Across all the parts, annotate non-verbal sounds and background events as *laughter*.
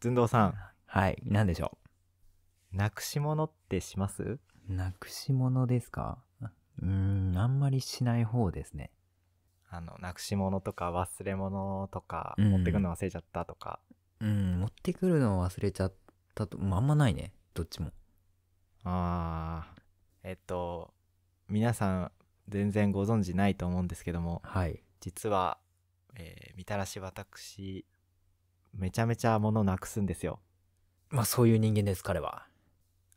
ずんどうさん、はい、なんでしょなくし物ってしますう。なくし物ですかうーん、あんまりしない方ですね。あの、なくし物とか忘れ物とか、うん持ってくの忘れちゃったとか。うん、持ってくるのを忘れちゃったと、まああんまないね。どっちも。ああ。えっと、皆さん、全然ご存知ないと思うんですけども、はい。実は、えーみたらし私、めちゃめちゃ物なくすんですよ。まあそういう人間です、彼は。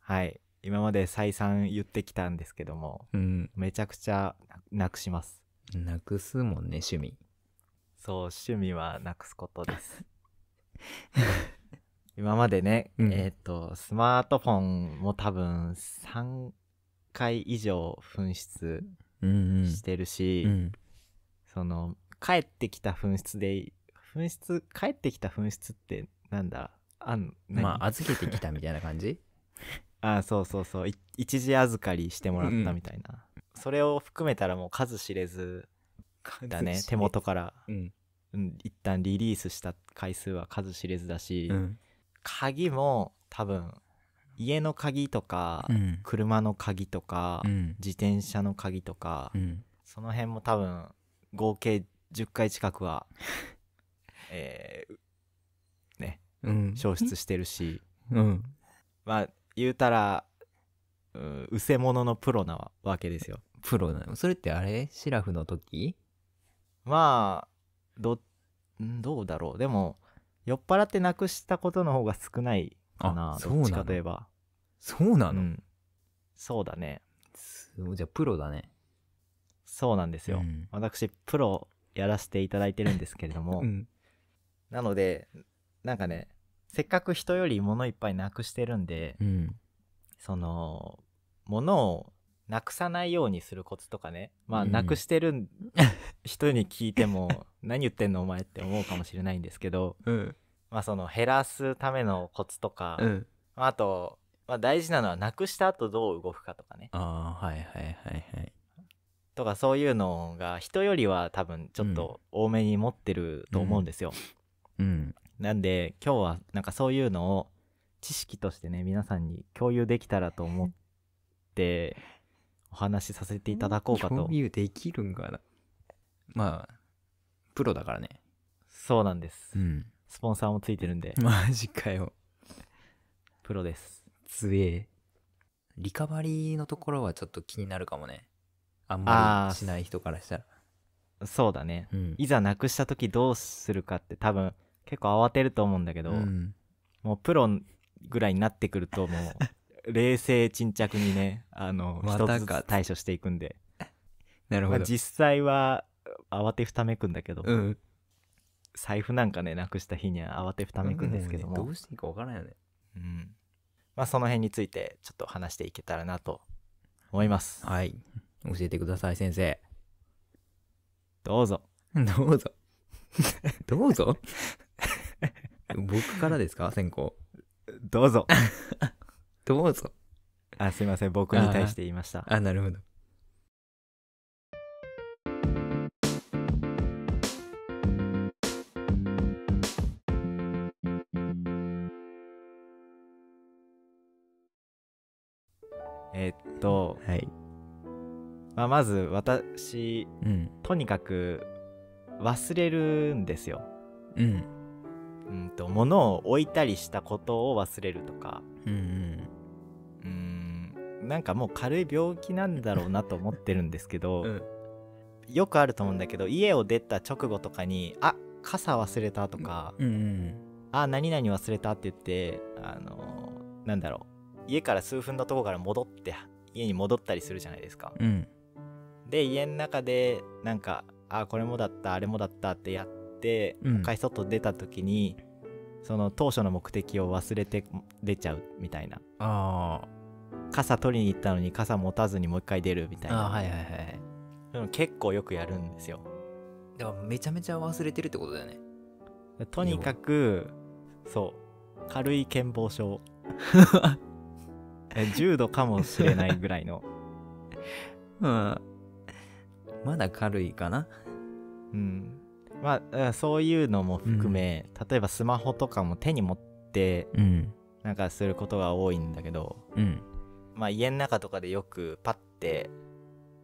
はい。今まで再三言ってきたんですけども、うん。めちゃくちゃななくします。なくすもんね、趣味。そう趣味はなくすことです *laughs* 今までね、うんえっ、とスマートフォンも多分3回以上紛失うんしてるし、うん。その帰ってきた紛失で紛失帰ってきた紛失ってなんだあん何まあ、預けてきたみたいな感 *laughs* じあそうそうそうい一時預かりしてもらったみたいな、それを含めたらもう数知れずだね手元。から、うん。うん、一旦リリースした回数は数知れずだし、うん。鍵も多分家の鍵とか、うん。車の鍵とか、うん。自転車の鍵とか、うん。その辺も多分合計10回近く *laughs* はえーねうん。消失してるしうん。まあ言うたらうんうせ者のプロなわけですよプロなのそれってあれシラフの時まあどんどうだろうでも酔っ払ってなくしたことの方が少ないかなあそどうなのっちかといえばそうなうの、ん、そうだねそうじゃあプロだね。そうなんですよ、うん私プロやらせていただいてるんですけれども、うん。なのでなんかねせっかく人より物いっぱいなくしてるんで、うん。その物をなくさないようにするコツとかねまあうんなくしてる *laughs* ん人に聞いても何言ってんのお前って思うかもしれないんですけどうん。まあその減らすためのコツとか、うん。まああと、まあ、大事なのはなくした後どう動くかとかねああ、はいはいはいはい。とかそういうのが人よりは多分ちょっと多めに持ってると思うんですよ、うん。なんで今日はなんかそういうのを知識としてね皆さんに共有できたらと思ってお話しさせていただこうかと共有できるんかな。まあ、プロだからね。そうなんですん。スポンサーもついてるんで *laughs* マジかよ。プロですつえ。リカバリーのところはちょっと気になるかもね。あんあまーりしない人からしたら。そうだねうんいざなくした時どうするかって多分結構慌てると思うんだけど、うん。もうプロぐらいになってくるとも *laughs* う冷静沈着にねあのまた一つかずつ対処していくんで、なるまほあ、ど。実際は慌てふためくんだけど、うん。財布なんかねなくした日には慌てふためくんですけども、うねどうしていいかわからないよね。うんまあその辺についてちょっと話していけたらなと思いますはい。教えてください、先生。どうぞどうぞ。 *laughs* どうぞ *laughs* 僕からですか先行。どう *laughs* ぞどうぞ。あすいません僕に対して言いましたあ、なるほど。えーっと、はい。まあ、まず私うん。とにかく忘れるんですようん。うんと物を置いたりしたことを忘れるとかうんうーんなんかもう軽い病気なんだろうなと思ってるんですけど、 *laughs* うん。うん。よくあると思うんだけど家を出た直後とかに「あ傘忘れた」とかうんうん。 「あ何々忘れた」って言ってあのなんだろう家から数分のとこから戻って家に戻ったりするじゃないですか。うん。で家の中でなんか「あこれもだったあれもだった」ってやってうんもう一回外出た時に、その当初の目的を忘れて出ちゃうみたいなあ傘取りに行ったのに傘持たずにもう一回出るみたあ。いな、あはいはいはい。でも結構よくやるんですよ。だからめちゃめちゃ忘れてるってことだよね。とにかくそう軽い健忘 *laughs* 症え重度かもしれないぐらいの、うん。 *laughs* まだ軽いかなうん、まあえーそういうのも含め、例えばスマホとかも手に持ってうん。なんかすることが多いんだけどうん。まあ家の中とかでよくパッて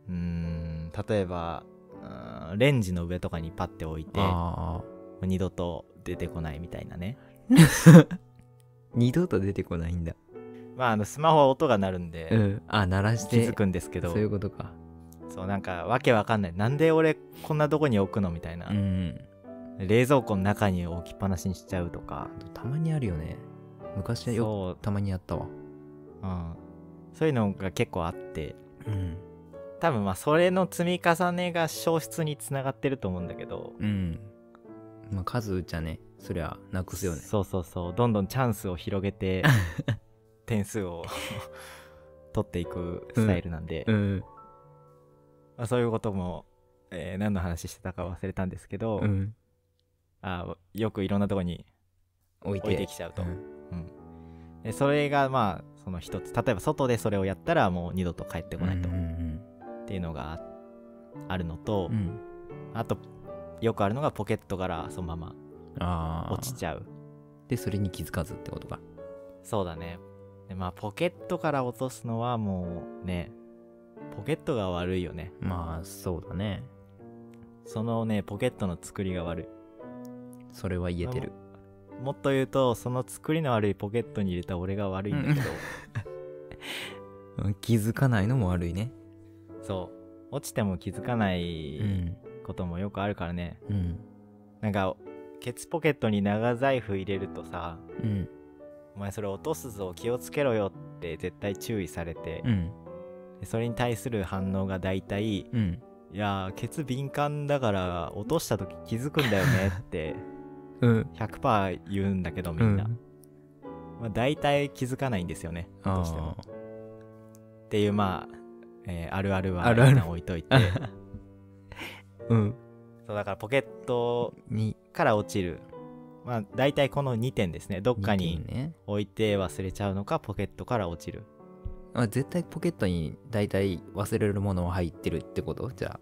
うーん例えばうーんレンジの上とかにパッて置いてもああ。う二度と出てこないみたいなね二度と出てこないんだ。まああのスマホは音が鳴るんで、ん。あ、鳴らして。気づくんですけどそういうことか。そうなんかわけわかんないなんで俺こんなとこに置くのみたいな、ん。冷蔵庫の中に置きっぱなしにしちゃうとかたまにあるよね。昔はよそうくたまにやったわ。うん、そういうのが結構あってうん。多分まあそれの積み重ねが消失につながってると思うんだけどうん。まあ、数じゃね、そりゃなくすよね。そうそうそうどんどんチャンスを広げ *laughs* て点数を *laughs* 取っていくスタイルなんで、ん。まあ、そういうことも、えー何の話してたか忘れたんですけど、うん。あよくいろんなとこに置いて。置いてきちゃうと、うんでそれがまあその一つ例えば外でそれをやったらもう二度と帰ってこないとうっんていうのがああるのと、うんうん。うんあとよくあるのがポケットからそのままああ。落ちちゃうで、それに気づかずってことか。そうだねでまあポケットから落とすのはもうねポケットが悪いよねまあ、そうだね。そのねポケットの作りが悪いそれは言えてる。もっと言うとその作りの悪いポケットに入れた俺が悪いんだけど、うん気づかないのも悪いね。そう落ちても気づかないん。こともよくあるからね、うん。なんかケツポケットに長財布入れるとさうん。お前それ落とすぞ気をつけろよって絶対注意されてう、ん。でそれに対する反応が大体うん。いやーケツ敏感だから落とした時気づくんだよね *laughs* ってうん。 100%言うんだけどみうんな、ん。まあ、大体気づかないんですよねどうしてもっていうまあ、えーあるあるはあるある一旦置いと *laughs* いてうん。そうだからポケットに、から落ちるまあ大体この2点ですねどっか似にてるね。置いて忘れちゃうのかポケットから落ちるあ絶対ポケットに大体忘れるものは入ってるってことじゃ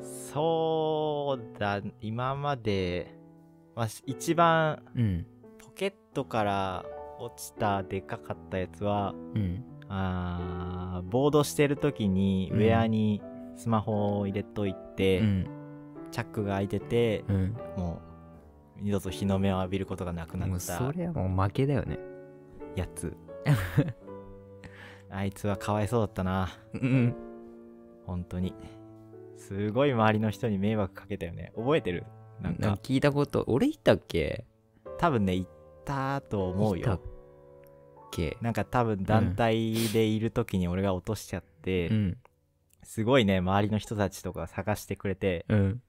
そうだ今まで、まあ、一番あ。うん。ポケットから落ちたでかかったやつはうん。あーボードしてる時にウェアにスマホを入れといて、うん。チャックが開いてて、うん。もう二度と日の目を浴びることがなくなもっうたそれはもう負けだよね。やつあいつはかわいそうだったなうん。本当にすごい周りの人に迷惑かけたよね覚えてるなんなんかか聞いたこと、俺言ったっけ多分ね行ったと思う言っよたっけなんか多分団体でいる時に俺が落としちゃって、うん。すごいね周りの人たちとか探してくれてうん。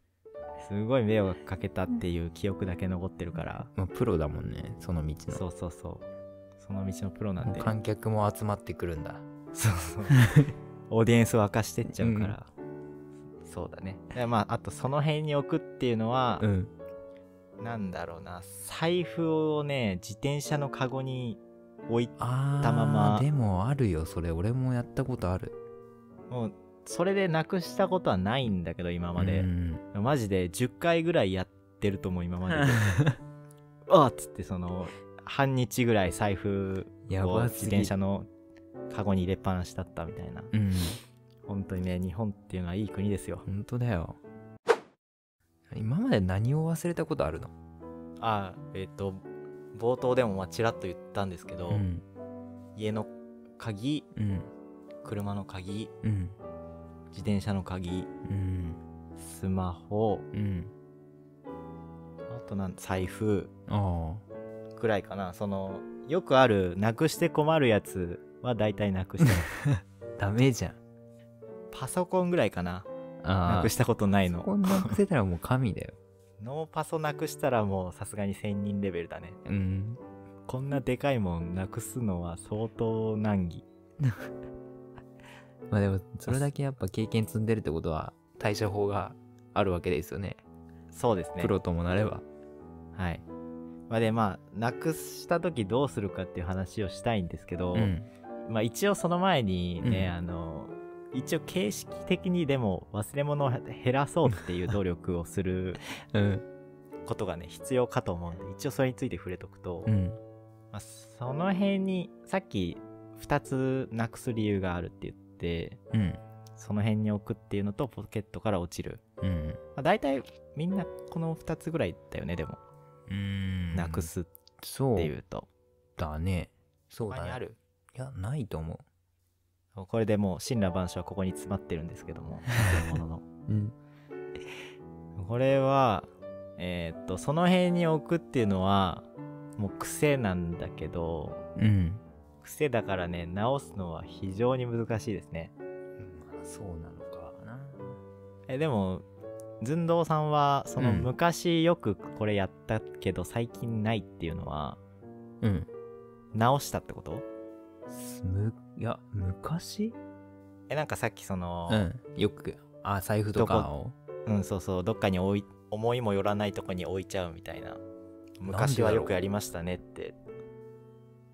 すごい迷惑かけたっていう記憶だけ残ってるから、まあ、プロだもんね、その道の。そうそうそうその道のプロなんもでう観客も集まってくるんだ。そう *laughs* そうオーディエンスを沸かしてっちゃうから、そうだねでまああとその辺に置くっていうのは、ん。なんだろうな財布をね自転車のカゴに置いあたままあ、でもあるよ、それ。俺もやったことある。もうそれでなくしたことはないんだけど今までう、んマジで10回ぐらいやってると思う今まで *laughs* でうわっつってその半日ぐらい財布やをば自すぎ転車のカゴに入れっぱなしだったみたいなうん。本当にね日本っていうのはいい国ですよ本当だよ。今まで何を忘れたことあるのあえっ、と冒頭でもまあちらっと言ったんですけど、うん。家の鍵うん。車の鍵うん。自転車の鍵うん。スマホうん。あとなん財布あくらいかなそのよくあるなくして困るやつは大体なく *laughs* してますあ。ダメじゃん。パソコンぐらいかなああ。なくしたことないのこんなくせたらもう神だよ。ノーパソなくしたらもうさすがに1000人レベルだねうん。こんなでかいもんなくすのは相当難儀まあでも、それだけやっぱ経験積んでるってことは、対処法があるわけですよね。そうですねプロともなれば。はいまあでまあなくした時どうするかっていう話をしたいんですけど、うん。まあ一応その前にね、うんあの一応形式的にでも忘れ物を減らそうっていう努力をするうん。ことがね必要かと思うんで一応それについて触れとくと、うん。まあその辺にさっき2つなくす理由があるって言ってうん。その辺に置くっていうのとポケットから落ちる、うん。まあ、大体みんなこの2つぐらいだよねでも、うん。なくすっそうていうとだね。そう他だにね。あるいや、ないと思これでもう神羅万象はここに詰まってるんですけども本物のう。うん。 *laughs* これはえーっとその辺に置くっていうのはもう癖なんだけどうん。癖だからね直すのは非常に難しいですねまあ、そうなのかな。えでも寸胴さんはそのうん昔よくこれやったけど最近ないっていうのはうん。直したってことすむ、いや、昔えなんかさっきそのうん。よく、あ、財布とかを。うん、そうそうどっかに置い思いもよらないとこに置いちゃうみたいな昔はよくやりましたねって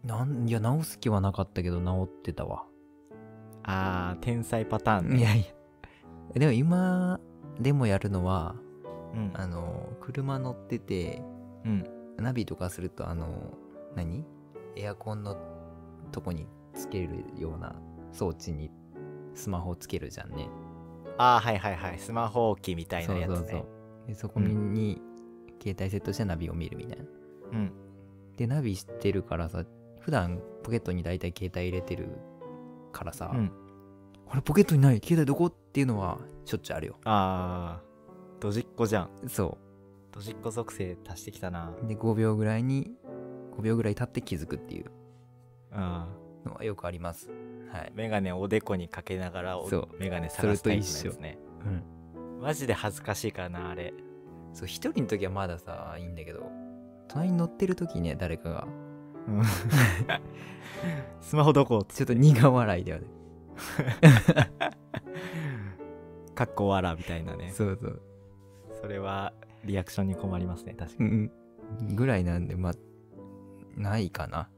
なん、いや、直す気はなかったけど、直ってたわ。あー天才パターンねいやいや。でも今でもやるのは、うんあの、車乗ってて、うんナビとかすると、あの、何エアコンのとこにつけるような装置にスマホをつけるじゃんね。あーはいはいはいスマホ置きみたいなやつねそうそうそう。で、そこに、携帯セットしてナビを見るみたいな。うんで、ナビしてるからさ、普段ポケットに大体携帯入れてるからさ、うんあれポケットにない携帯どこっていうのはしょっちゅうあるよ。あードジっ子じゃんそドジっ子属性足してきたなう。で、5秒ぐらいに、5秒ぐらい経って気づくっていうあのはよくあります。はい。メガネおでこにかけながらおそうメガネ探すタイプのやつねうん。マジで恥ずかしいからなあれそう、一人の時はまださ、いいんだけど、隣に乗ってる時ね、誰かが、 *laughs* スマホどこ *laughs* ちょっと苦笑いだよね。かっこわらみたいなねそうそう。それはリアクションに困りますね確かうに、んうん。ぐらいなんで、ま、ないかな。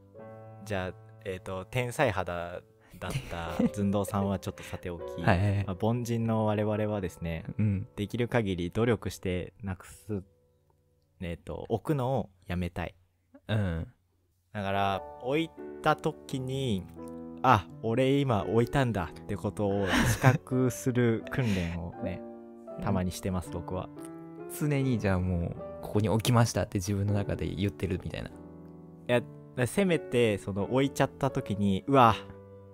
じゃあえっ、と天才肌だった寸胴さんはちょっとさておきはいはいはいまあ、凡人の我々はですねうん。できる限り努力してなくすえっ、と置くのをやめたいうん。だから置いた時にあ俺今置いたんだってことを視覚する訓練を *laughs* ねたまにしてます僕は常にじゃあもうここに置きましたって自分の中で言ってるみたいな。だからせめてその置いちゃった時にうわ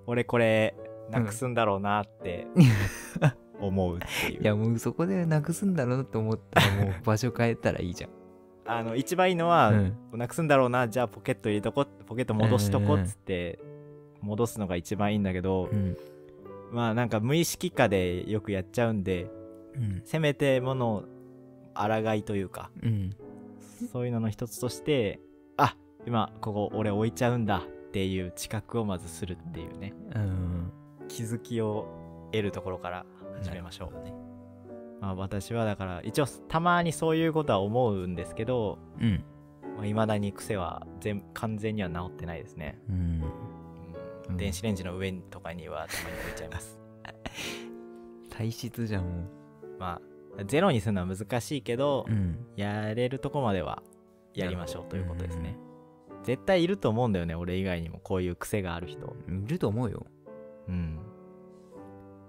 俺これなくすんだろうなって思うっていう、 *laughs* いやもうそこでなくすんだろうなって思ったらもう場所変えたらいいじゃん。あの一番いいのは、うんなくすんだろうなじゃあポケット入れとこポケット戻しとこっつって戻すのが一番いいんだけど、うん。まあなんか無意識化でよくやっちゃうんでうん。せめてものを抗いというかうん。そういうのの一つとしてあ今ここ俺置いちゃうんだっていう知覚をまずするっていうねうん。気づきを得るところから始めましょなるほどねう、まあ、私はだから一応たまにそういうことは思うんですけどうん。まあ、未だに癖は全完全には治ってないですね、うん。うんうん電子レンジの上とかにはたまに置いちゃいます *laughs* 体質じゃんもまあゼロにするのは難しいけど、う。うん。やれるとこまではやりましょうということですね、絶対いると思うんだよね俺以外にもこういう癖がある人うん。いると思うよ。うん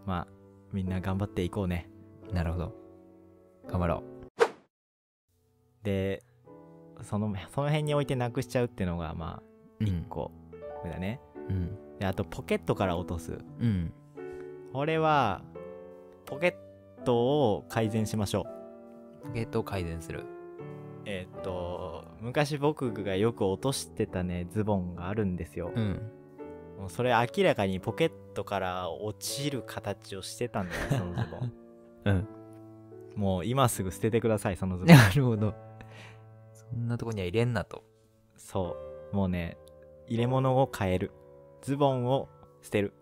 まあみんな頑張っていこうねなるほど。頑張ろでそのその辺に置いてなくしちゃうっていうのがまう。あう1ん。個目だね、うん。であとポケットから落とすうん。これはポケットを改善しましょうポケットを改善する。えーっと昔僕がよく落としてたねズボンがあるんですよ、うん。もうそれ明らかにポケットから落ちる形をしてたんだよそのズボン *laughs* うん。もう今すぐ捨ててくださいその *laughs* ズボンなるほど。そんなとこには入れんなと。そうもうね入れ物を変えるズボンを捨てる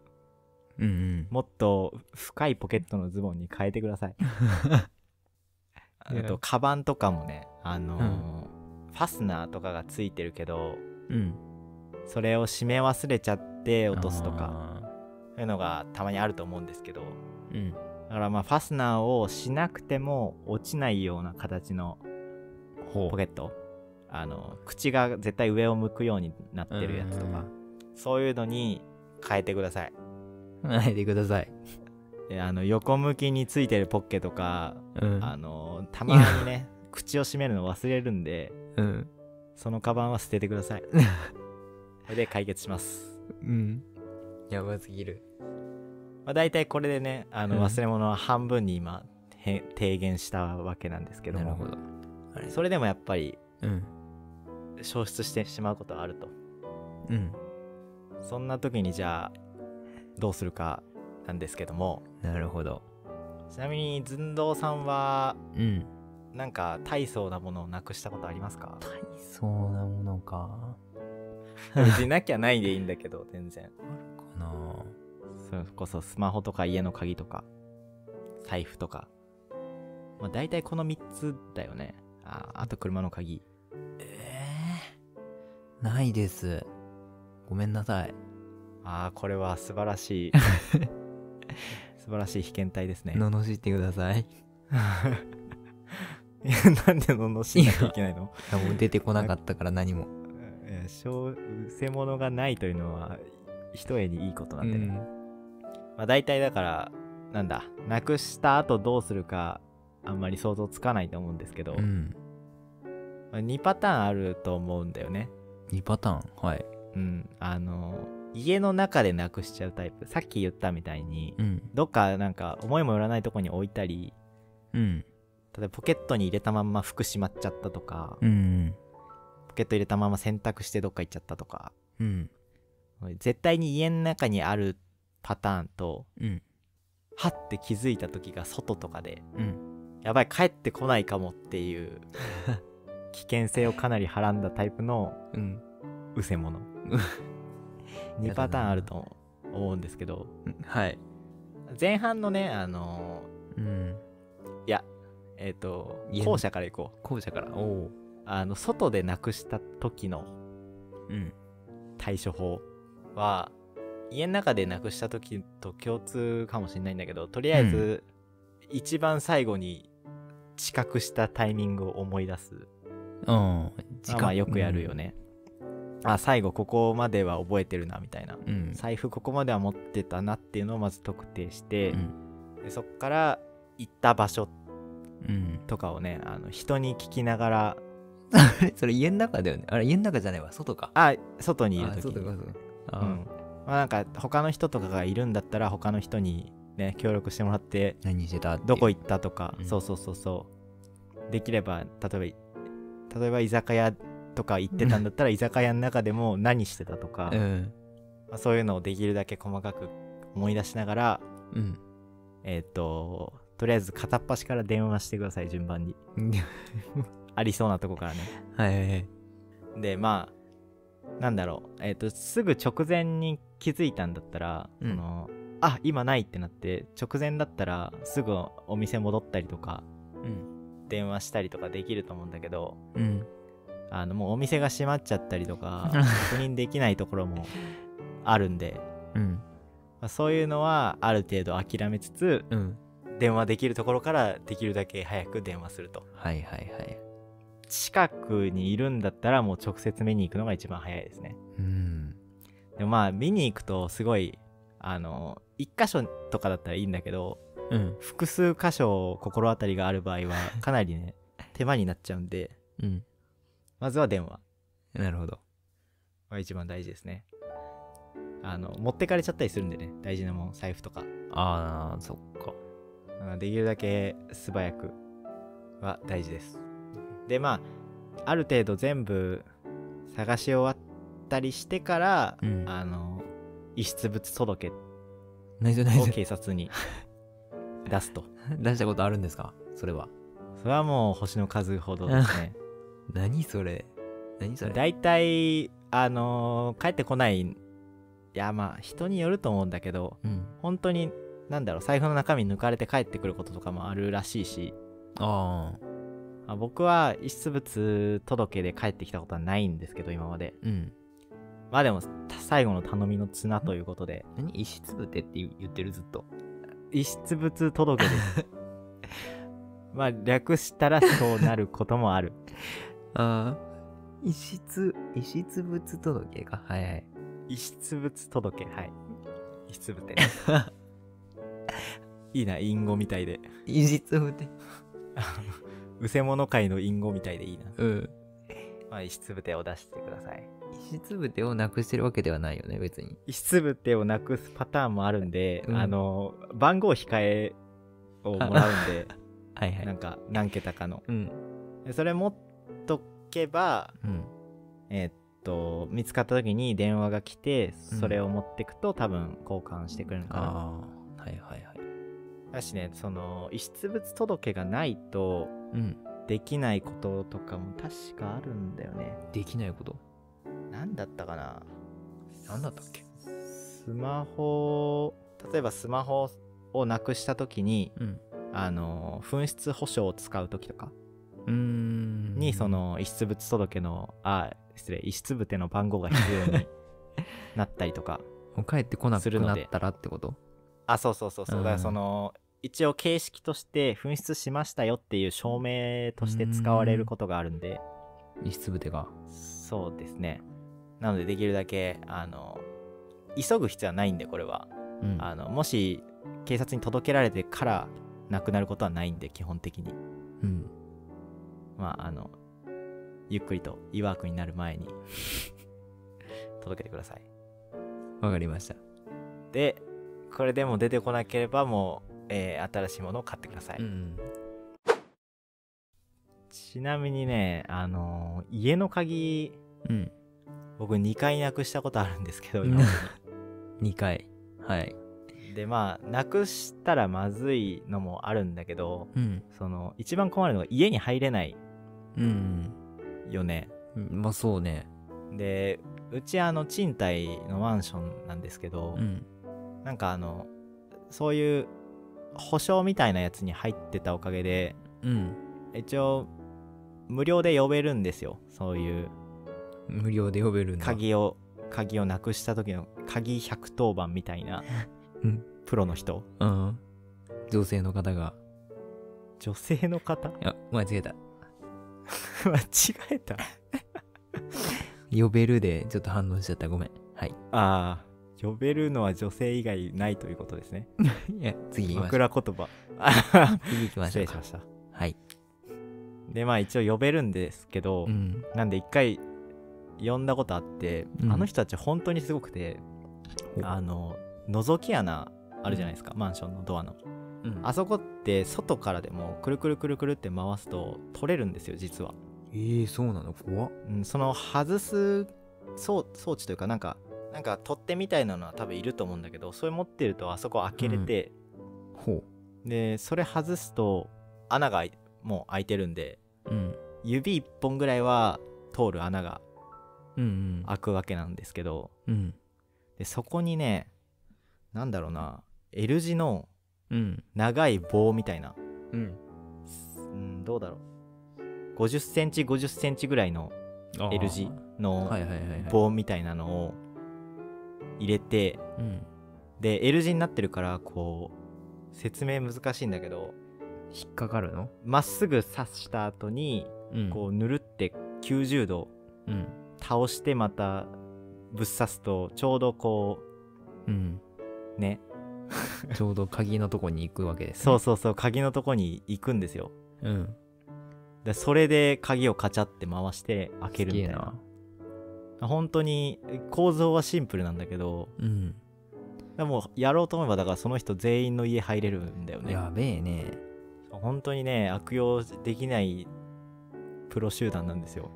うんうん。もっと深いポケットのズボンに変えてくださ *laughs* い。あいやと、カバンとかもね、あのーファスナーとかがついてるけど、うん。それを締め忘れちゃって落とすとか、か。そういうのがたまにあると思うんですけど、うん。だからまあ、ファスナーをしなくても落ちないような形のほポケット、あの口が絶対上を向くようになってるやつとかそういうのに変えてくださいうん。いてください。であの横向きについてるポッケとか、うん。あのたまにね口を閉めるの忘れるんでうん。そのカバンは捨ててくだ *laughs* さいこれで解決します、うん。やばすぎる。まあ、大体これでねあうのん忘れ物は半分に今へ低減したわけなんですけどなるもほど。あれそれでもやっぱりうん。消失してしまうことはあるとうん。そんな時にじゃあどうするかなんですけどもなるほど。ちなみに寸胴さんはうん。なんか大層なものをなくしたことありますか大層なものか。別になきゃないでいいんだけど全然かなそれこそスマホとか家の鍵とか財布とかまあ大体この3つだよねああと車の鍵えー、ないです。ごめんなさい。ああこれは素晴らし *laughs* い素晴らしい被験体ですね罵ってください。いいや *laughs* なんで罵んなきゃいけないのやもう出てこなかったから何も。えー小せ物がないというのはひとえにいいことなんでね、まあ大体だからなんだなくした後どうするかあんまり想像つかないと思うんですけど、うん。まあ2パターンあると思うんだよね2パターン。はい。うんあの家の中でなくしちゃうタイプさっき言ったみたいに、うん。どっかなんか思いもよらないとこに置いたりうん。例えばポケットに入れたまんま服しまっちゃったとか、うん。ポケット入れたまま洗濯してどっか行っちゃったとかうん。絶対に家の中にあるパターンとうん。はって気づいた時が外とかでうん。やばい帰ってこないかもっていう *laughs* 危険性をかなりはらんだタイプのうん。うせ *laughs* 者2パターンあると思うんですけどはい。前半のねあのうん。ーいやえっ、と家の後者からいこう後者から。おお。あの外でなくした時のうん。対処法は家の中でなくした時と共通かもしれないんだけどとりあえず一番最後に知覚したタイミングを思い出すうん。まあまあよくやるよ。ね、あ最後ここまでは覚えてるなみたいな、うん。財布ここまでは持ってたなっていうのをまず特定して、でそっから行った場所うん。 *laughs* とかをねあの人に聞きながらあれそれ家の中だよね。あれ家の中じゃないわ。外か。あ外にいるあ時外にか外か。あうんまあなんか他の人とかがいるんだったら他の人にね協力してもらって何してたっていうどこ行ったとか、うんそうそうそうそうできれば例えば例えば居酒屋とか行ってたんだったら居酒屋の中でも何してたとか、うん。まあ、そういうのをできるだけ細かく思い出しながらうん。 *laughs* えっ、ととりあえず片っ端から電話してください順番にありそうなとこからねはいはいはい。でまあなんだろう、えっとすぐ直前に気づいたんだったら、うんそのあ今ないってなって直前だったらすぐお店戻ったりとかうん。電話したりとかできると思うんだけどうん。あのもうお店が閉まっちゃったりと *laughs* か確認できないところもあるんで、うん。まあ、そういうのはある程度諦めつつうん。電話できるところからできるだけ早く電話するとはいはいはい。近くにいるんだったらもう直接見に行くのが一番早いですねうん。でもまあ見に行くとすごいあの一箇所とかだったらいいんだけどうん。複数箇所心当たりがある場合は *laughs* かなりね手間になっちゃうんでうん。まずは電話なるほど。が一番大事ですねあの持ってかれちゃったりするんでね大事なもん財布とかああ、そっか。うんできるだけ素早くは大事ですでまあある程度全部探し終わったりしてから、うんあの遺失物届け内緒内を緒。警察 *laughs* に出すと *laughs* 出したことあるんですかそれは。それはもう星の数ほどですね何それ何それ大体あの帰ってこないいやまあ人によると思うんだけどうん。本当になんだろう財布の中身抜かれて帰ってくることとかもあるらしいし、ああ。あ僕は遺失物届で帰ってきたことはないんですけど今までうん。まあでもた最後の頼みの綱ということで何石つぶてって言う言ってるずっと。遺失物届ですまあ略したらそうなることもあるあ遺失、遺失物届か。はいはい。遺失物届けはい遺失物ね *laughs* いいな隠語みたいで遺失物て。うせもの界の隠語みたいでいいな、うん。まあ、遺失物を出してください遺失物をなくしてるわけではないよね、別に。遺失物をなくすパターンもあるんで、うんあの番号控えをもらうん *laughs* ではいはなんい。か何桁かのうん。でそれ持っとけばうん。えーっと見つかった時に電話が来てそれを持ってくと、多分交換してくれるのかなああ。はいはいはい。だしねその遺失物届がないとうん。できないこととかも確かあるんだよねできないこと。何だったかな何だったっけスマホ例えばスマホをなくした時にうん。あの紛失保証を使う時とかうーん。にそ。の遺失物届のあ失礼遺失物の番号が必要 *laughs* になったりとかもう帰ってこなすくるのなでったらってことあそうそうそうそうだかうらんその一応形式として紛失しましたよっていう証明として使われることがあるんで遺失物が。そうですねなのでできるだけあの急ぐ必要はないんでこれはうんあのもし警察に届けられてからなくなることはないんで基本的にうん。まああのゆっくりといわくになる *laughs* 前に届けてくださいわかりました。でこれでも出てこなければもう、えー新しいものを買ってください、ん。ちなみにねあのー家の鍵うん。僕2回なくしたことあるんですけ *laughs* どうん今まで2回。はい。にでまあなくしたらまずいのもあるんだけどうん。その一番困るのが家に入れないうん。よねまあそうね。でうちあの賃貸のマンションなんですけど、うん。なんかあのそういう保証みたいなやつに入ってたおかげでうん。一応無料で呼べるんですよそういう無料で呼べるんだ。。鍵を鍵をなくした時の鍵110番みたいな、うんプロの人うん。女性の方が。女性の方 *laughs* いや、間違えた。間違えた呼べるでちょっと反応しちゃった。ごめん。はい。ああ呼べるのは女性以外ないということですねいや、次行 *laughs* きましょう。枕言葉あ次行きま失しょ礼うかしましたはい。でまあ一応呼べるんですけど、うん。なんで一回呼んだことあって、うんあの人たち本当にすごくてほあの覗き穴あるじゃないですか、マンションのドアのうんあそこって外からでもくるくるくるくるって回すと取れるんですよ実は、ええそうなの怖っ。うん、その外す装装置というかなんかなんか取っ手みたいなのは多分いると思うんだけどそれ持ってるとあそこ開けれて、ほでそれ外すと穴が開いもう開いてるんでう。うん。指1本ぐらいは通る穴がうん開くわけなんですけど、うん。うん。でそこにねなんだろうな L 字のうん。長い棒みたいな、うん。うん、どうだろう50センチ50センチぐらいの L 字のはいはいはいはい。棒みたいなのを入れてうん。で L 字になってるからこう説明難しいんだけど引っかかるのまっすぐ刺した後にうんこうぬるって90度う。うん。倒してまたぶっ刺すとちょうどこうん。うねちょうど鍵のとこに行くわけです、ね。そうそうそう鍵のとこに行くんですよう。うん。でそれで鍵をカチャって回して開けるみたいすげえな本当に構造はシンプルなんだけどうん。でもやろうと思えばだからその人全員の家入れるんだよねやべえね。本当にね悪用できないプロ集団なんですよ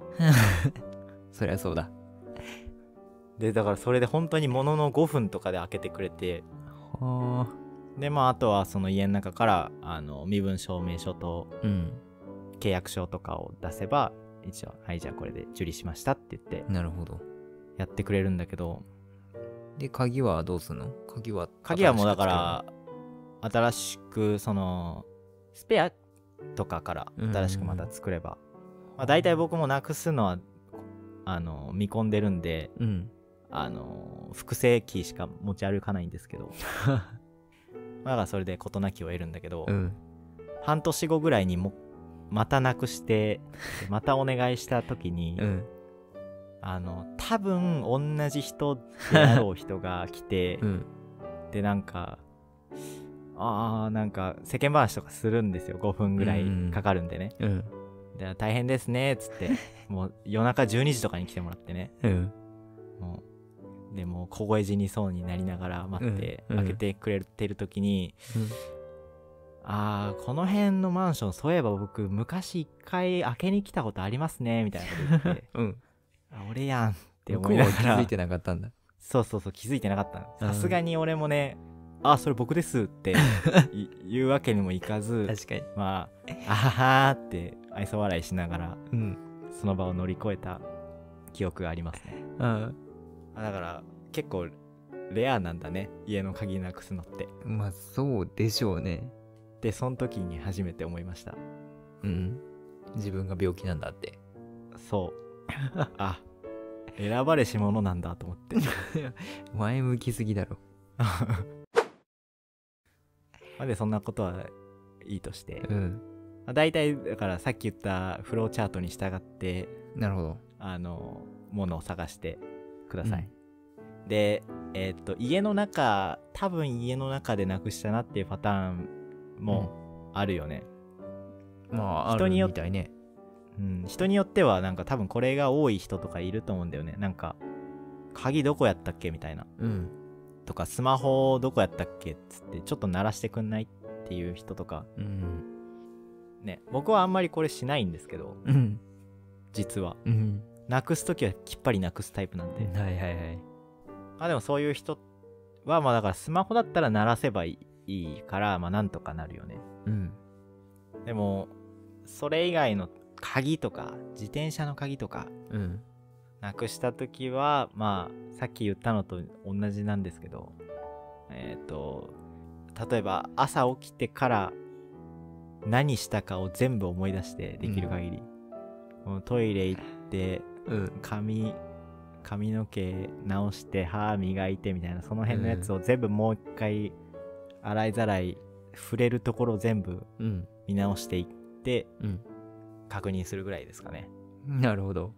そりゃそうだ。でだからそれで本当にものの5分とかで開けてくれてはでまああとはその家の中からあの身分証明書とあ。うん。契約書とかを出せば一応「はいじゃあこれで受理しました」って言ってなるほど。やってくれるんだけどで、鍵はどうすんの鍵は。鍵はもうだから新しくそのスペアとかから新しくまた作れば、まあ、大体僕もなくすのはあの見込んでるんで作るの。うん。あの複製キーしか持ち歩かないんですけ *laughs* どまあだからそれで事なきを得るんだけど、うん。半年後ぐらいにもまたなくしてまたお願いした時に、うん。あの多分同じ人であろう人が来て、 *laughs* うんでなんかああなんか世間話とかするんですよ5分ぐらいかかるんでね、うんで大変ですねっつ *laughs* ってもう夜中12時とかに来てもらってねうんもうでもう凍え死にそうになりながら待って、うんうん開けてくれてる時にああこの辺のマンションそういえば僕昔一回開けに来たことありますねみたいなこと言って *laughs* うんあ俺やんって向こ思いうなはが気づいらてなかったんだそうそうそう気づいてなかったのうんさすがに俺もねあそれ僕ですって *laughs* い言うわけにもいかずかにまああははーって愛想笑いしながらうんその場を乗り越えた記憶がありますねああだから結構レアなんだね家の鍵なくすのってあまあそうでしょうねでその時に初めて思いましたうん自分が病気なんだってそう *laughs* あ選ばれし者なんだと思って前向きすぎだろまあでそんなことはいいとして、うんまあ、大体だからさっき言ったフローチャートに従ってなるほどあのものを探してください、でえーっと家の中多分家の中でなくしたなっていうパターンもあるよね、まあ人によっみたいねうん、人によってはなんか多分これが多い人とかいると思うんだよねなんか鍵どこやったっけみたいなうんとかスマホどこやったっけっつってちょっと鳴らしてくんないっていう人とかうんね僕はあんまりこれしないんですけどうん実はうんなくす時はきっぱりなくすタイプなんで、はいはいはいまあでもそういう人はまあだからスマホだったら鳴らせばいいからまあなんとかなるよねうんでもそれ以外の鍵とか自転車の鍵とかうんなくした時はまあさっき言ったのと同じなんですけどえっ、と例えば朝起きてから何したかを全部思い出してできる限り、もうトイレ行ってうん髪髪の毛直して歯磨いてみたいなその辺のやつを全部もう一回洗いざらい触れるところを全部うん見直していってうん確認するぐらいですかねなるほど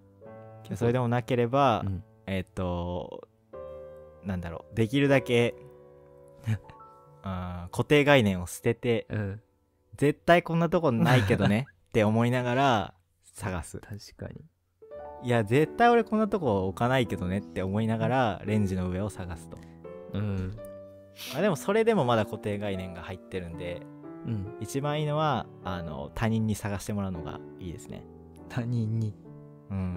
それでもなければ、うんえっ、と、なんだろう、できるだけ、 *laughs* あー固定概念を捨てて、うん絶対こんなとこないけど *laughs* ねって思いながら探す。確かにいや、絶対俺こんなとこ置かないけどねって思いながら、レンジの上を探すと。うんまあ、でも、それでもまだ固定概念が入ってるんで、うん一番いいのは、あの、他人に探してもらうのがいいですね。他人にうん。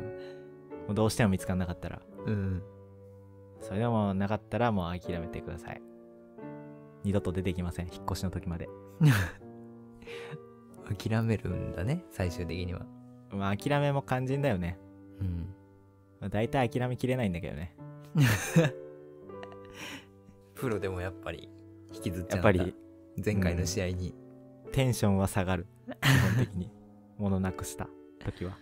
もうどうしても見つからなかったら。うんそれでもなかったらもう諦めてください。二度と出てきません。引っ越しの時まで。諦めるんだね最終的にはまあ諦めも肝心だよね。うんまあ、大体諦めきれないんだけどね。プロでもやっぱり引きずっちやゃっうんだぱり前回の試合に、テンションは下がる。基本的に。 *laughs* 物なくした時は。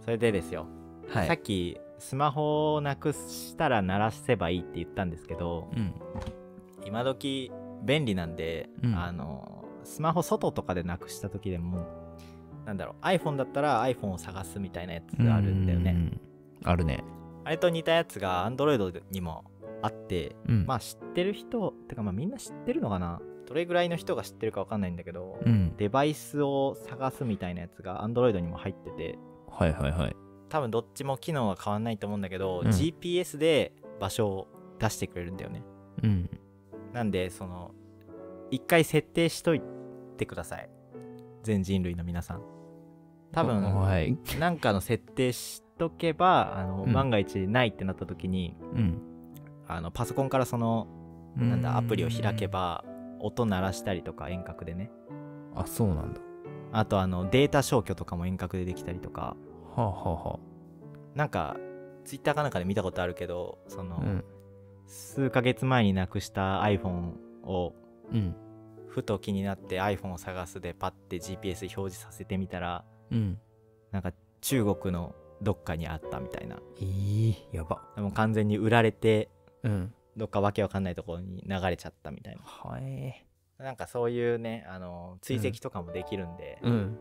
それでですよ。はさっいきスマホをなくしたら鳴らせばいいって言ったんですけど、うん今時便利なんで、うんあの、スマホ外とかでなくした時でも、なんだろう、iPhone だったら iPhone を探すみたいなやつがあるんだよね。うんあるねあれと似たやつが Android にもあって、うんまあ知ってる人、てかまあみんな知ってるのかなどれぐらいの人が知ってるかわかんないんだけど、うんデバイスを探すみたいなやつが Android にも入ってて、はいはいはい多分どっちも機能は変わんないと思うんだけど、うん GPS で場所を出してくれるんだよね。うんなんで、その、一回設定しといてください。全人類の皆さん。多分、はいなんかの設定しとけば、あの、うん万が一ないってなった時に、うんあのパソコンからそのなんだアプリを開けば音鳴らしたりとか遠隔でねあそうなんだあとあのデータ消去とかも遠隔でできたりとかはあはなんかツイッターかなんかで見たことあるけどそあの、はあうん数ヶ月前になくした iPhone をうんふと気になって iPhone を探すでパッて GPS 表示させてみたらうんなんか中国のどっかにあったみたいなえー、やばでも完全に売られてうんどっかわけわかんないところに流れちゃったみたいはいななんかそういうねあの追跡とかもできるんで、うん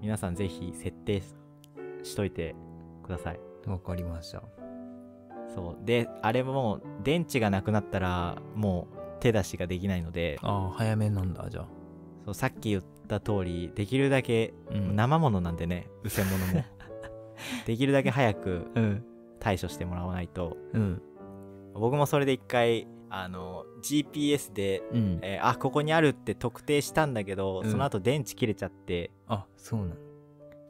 皆さんぜひ設定ししといてくださいわかりました。そうであれも電池がなくなったらもう手出しができないのでああ、早めなんだ、じゃあ。そうさっき言った通りできるだけ、うん生ものなんでねうせもの *laughs* もできるだけ早くうん。対処してもらわないとうん。僕もそれで一回あの GPS で、うん。えーあここにあるって特定したんだけど、うんその後電池切れちゃってあ、そうなの。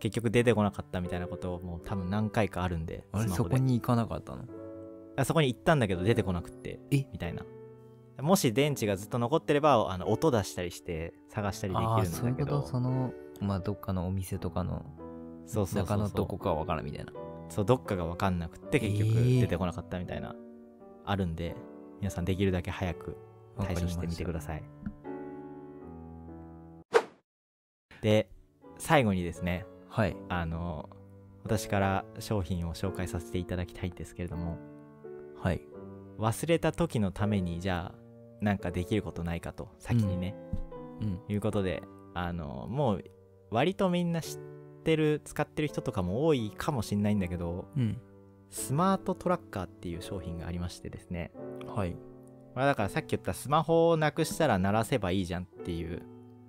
結局出てこなかったみたいなことをもう多分何回かあるんであれ、スマそホこでに行かなかったのあそこに行ったんだけど出てこなくってえみたいなもし電池がずっと残ってればあの音出したりして探したりできああ、るそんうだいうけこどとその、まあ、どっかのお店とかのそうそうそ中うのそどうこかわからんみたいな。そうどっかが分かんなくって結局えー出てこなかったみたいな、あるんで皆さんできるだけ早く対処してみてくだささいで最後にですねい。はい。あの私から商品を紹介させていただきたいんですけれどもはい。忘れた時のためにじゃあなんかできることないかと先にね、うん。いうことであのもう割とみんな知ってる使ってる人とかも多いかもしんないんだけどうん。スマートトラッカーっていう商品がありましてですねはい。まあだからさっき言ったスマホをなくしたら鳴らせばいいじゃんっていう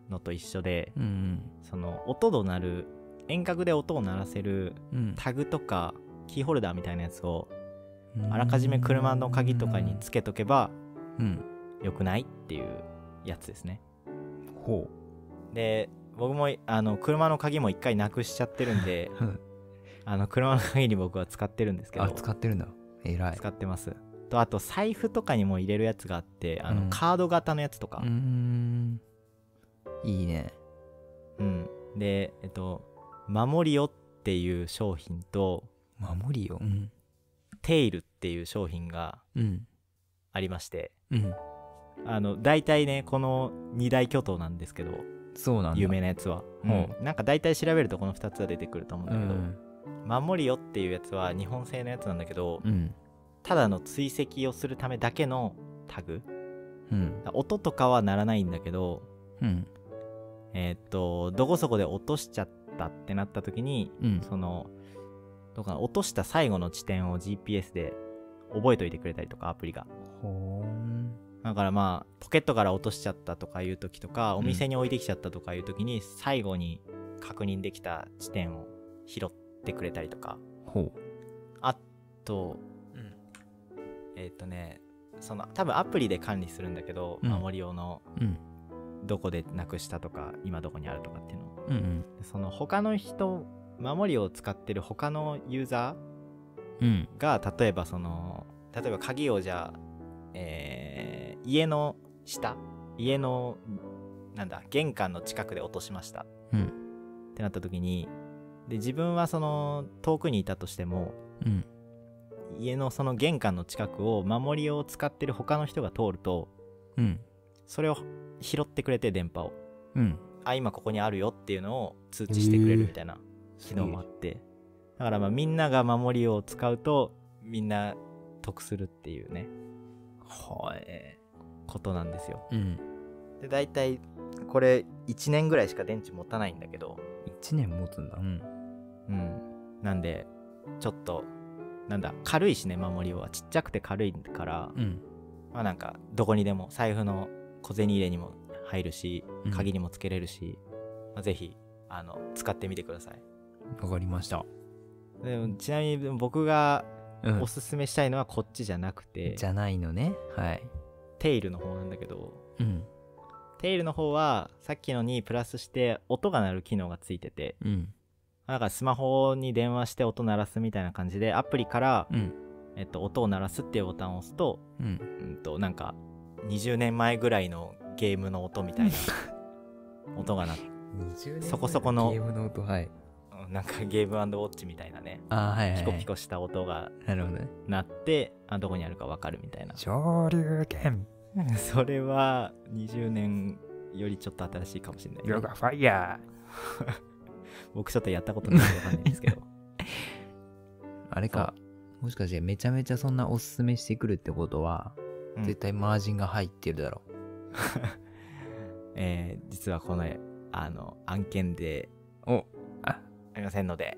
のと一緒でうんその音の鳴る遠隔で音を鳴らせるうん。タグとかキーホルダーみたいなやつをうん。あらかじめ車の鍵とかにつけとけばうん。よくないっていうやつですねほで僕もあの車の鍵も一回なくしちゃってるん *laughs* でう。あの車の鍵に僕は使ってるんですけどあ、使ってるんだ。えらい。使ってますとあと財布とかにも入れるやつがあってあの、うんカード型のやつとかうー、ん。いいね。うんでえっと「守りよ」っていう商品と守りよ。うん。 「テイル」っていう商品がうん。ありましてうん。あの大体ねこの2大巨頭なんですけどそうなんだ。有名なやつは、うんうんなんか大体調べるとこの2つは出てくると思うんうだけどん。 「守りよ」っていうやつは日本製のやつなんだけど、うん。ただの追跡をするためだけのタグうん。音とかは鳴らないんだけどうん。えーっとどこそこで落としちゃったってなった時にうん。そのどうかな落とした最後の地点を GPS で覚えといてくれたりとかアプリがほーん。だからまあポケットから落としちゃったとかいう時とかんお店に置いてきちゃったとかいう時に最後に確認できた地点を拾ってくれたりとかほあとう。うん。えーっとねその多分アプリで管理するんだけど、うん守り用のうん。どこでなくしたとか今どこにあるとかっていうのをうん。その他の人守りを使ってる他のユーザうん。ーが例えばその例えば鍵をじゃあ、えー家の下家のなんだ玄関の近くで落としましたうん。ってなった時にで自分はその遠くにいたとしてもうん。家のその玄関の近くを守りを使ってる他の人が通るとうん。それを拾ってくれて電波をうん。あ今ここにあるよっていうのを通知してくれるみたいな機能もあって、だからまあみんなが守りを使うとみんな得するっていうねはい。ことなんですようん。で大体これ1年ぐらいしか電池持たないんだけど1年持つんだ。うん。うんなんでちょっとなんだ軽いしね守りはちっちゃくて軽いから、うん。まあなんかどこにでも財布の小銭入れにも入るしうん鍵にもつけれるし、まあ、ぜひあの使ってみてくださいわかりました。でもちなみに僕がうおすすめしたいのはこっちじゃなくて、じゃないのね。はい。テイルの方なんだけどうん。テイルの方はさっきのにプラスして音が鳴る機能がついててうん。だからスマホに電話して音鳴らすみたいな感じでアプリから、うん。えっと、音を鳴らすっていうボタンを押すと,、うん。うん、となんか20年前ぐらいのゲームの音み *laughs* たいな音が鳴って20年そこそこのゲームの音、はい。なんかゲームウォッチみたいなねあー、はい、はい。ピコピコした音がなるほどね。鳴ってあどこにあるかわかるみたいな上流剣、 *laughs* それは20年よりちょっと新しいかもしれないね、ファイヤ僕ちょっとやったことないんでわかんないんですけ *laughs* どー。あれか。もしかしてめちゃめちゃそんなおすすめしてくるってことは、うん絶対マージンが入ってるだろえー実はこのあの案件でう。お、あ、ありませんので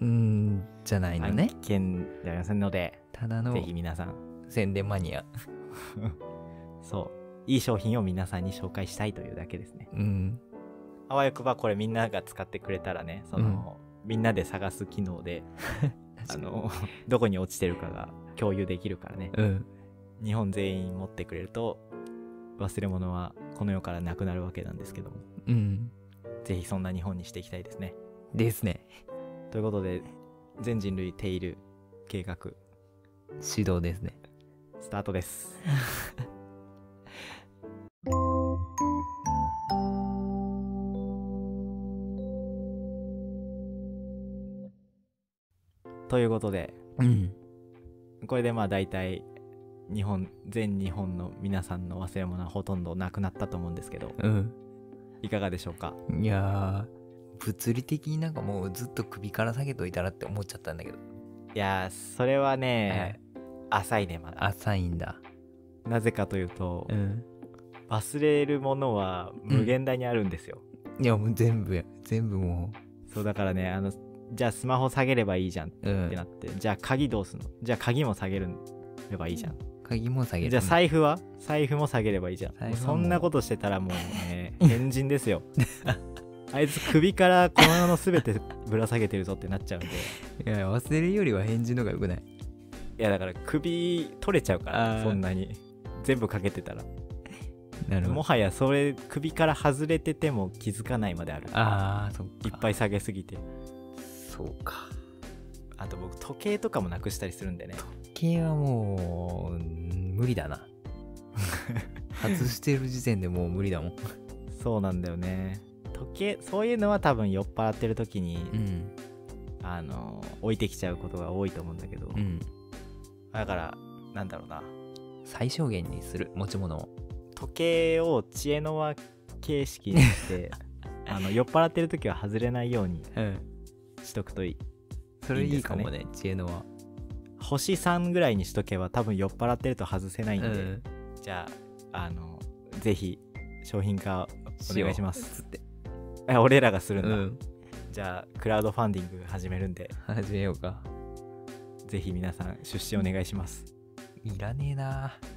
うんじゃないのね案件ではありませんので、ただのぜひ皆さん、宣伝マニアそう、いい商品を皆さんに紹介したいというだけですね。うんあわよくばこれみんなが使ってくれたらね、その、みんなで探す機能で、あの、どこに落ちてるかが共有できるからね。うん日本全員持ってくれると、忘れ物はこの世からなくなるわけなんですけども、うんぜひそんな日本にしていきたいですね。ですねということで、全人類テイル計画、指導ですねスタートです。ということで、うんこれでまあ大体日本全日本の皆さんの忘れ物はほとんどなくなったと思うんですけどうんいかがでしょうかいやー物理的になんかもうずっと首から下げといたらって思っちゃったんだけどいやーそれはね、浅いねまだ浅いんだなぜかというと、ん忘れるものは無限大にあるんですよ、いやもう全部や全部もそうだからねあのじゃあスマホ下げればいいじゃんっう、う、てなんって、じゃあ鍵どうすんのじゃあ鍵も下げればいいじゃん鍵も下げるじゃあ財布は財布も下げればいいじゃん財布もはうもうそんなことしてたらもうね変人です *laughs* よあいつ首からこの世の全てぶら下げてるぞってなっちゃうんでいや忘れるよりは返事の方がよくないいやだから首取れちゃうからあーそんなに全部かけてたらなるほもどはやそれ首から外れてても気づかないまであるああそっいかっぱい下げすぎてそうかあと僕時計とかもなくしたりするんでね系はもううん無理 *laughs* だな外してる時点でもう無理だもんそうなんだよね時計そういうのは多分酔っ払ってる時に、んあの置いてきちゃうことが多いと思うんだけど、うんだからなんだろうな最小限にする持ち物を時計を知恵の輪形式にして *laughs* あの酔っ払ってる時は外れないようにうんしとくといいそれいいかもね知恵のは星3ぐらいにしとけば多分酔っ払ってると外せないんで、うんじゃああのぜひ商品化お願いしますつってえ俺らがすうるんだ、んじゃあクラウドファンディング始めるんで *laughs* 始めようかぜひ皆さん出資お願いしますいらねえない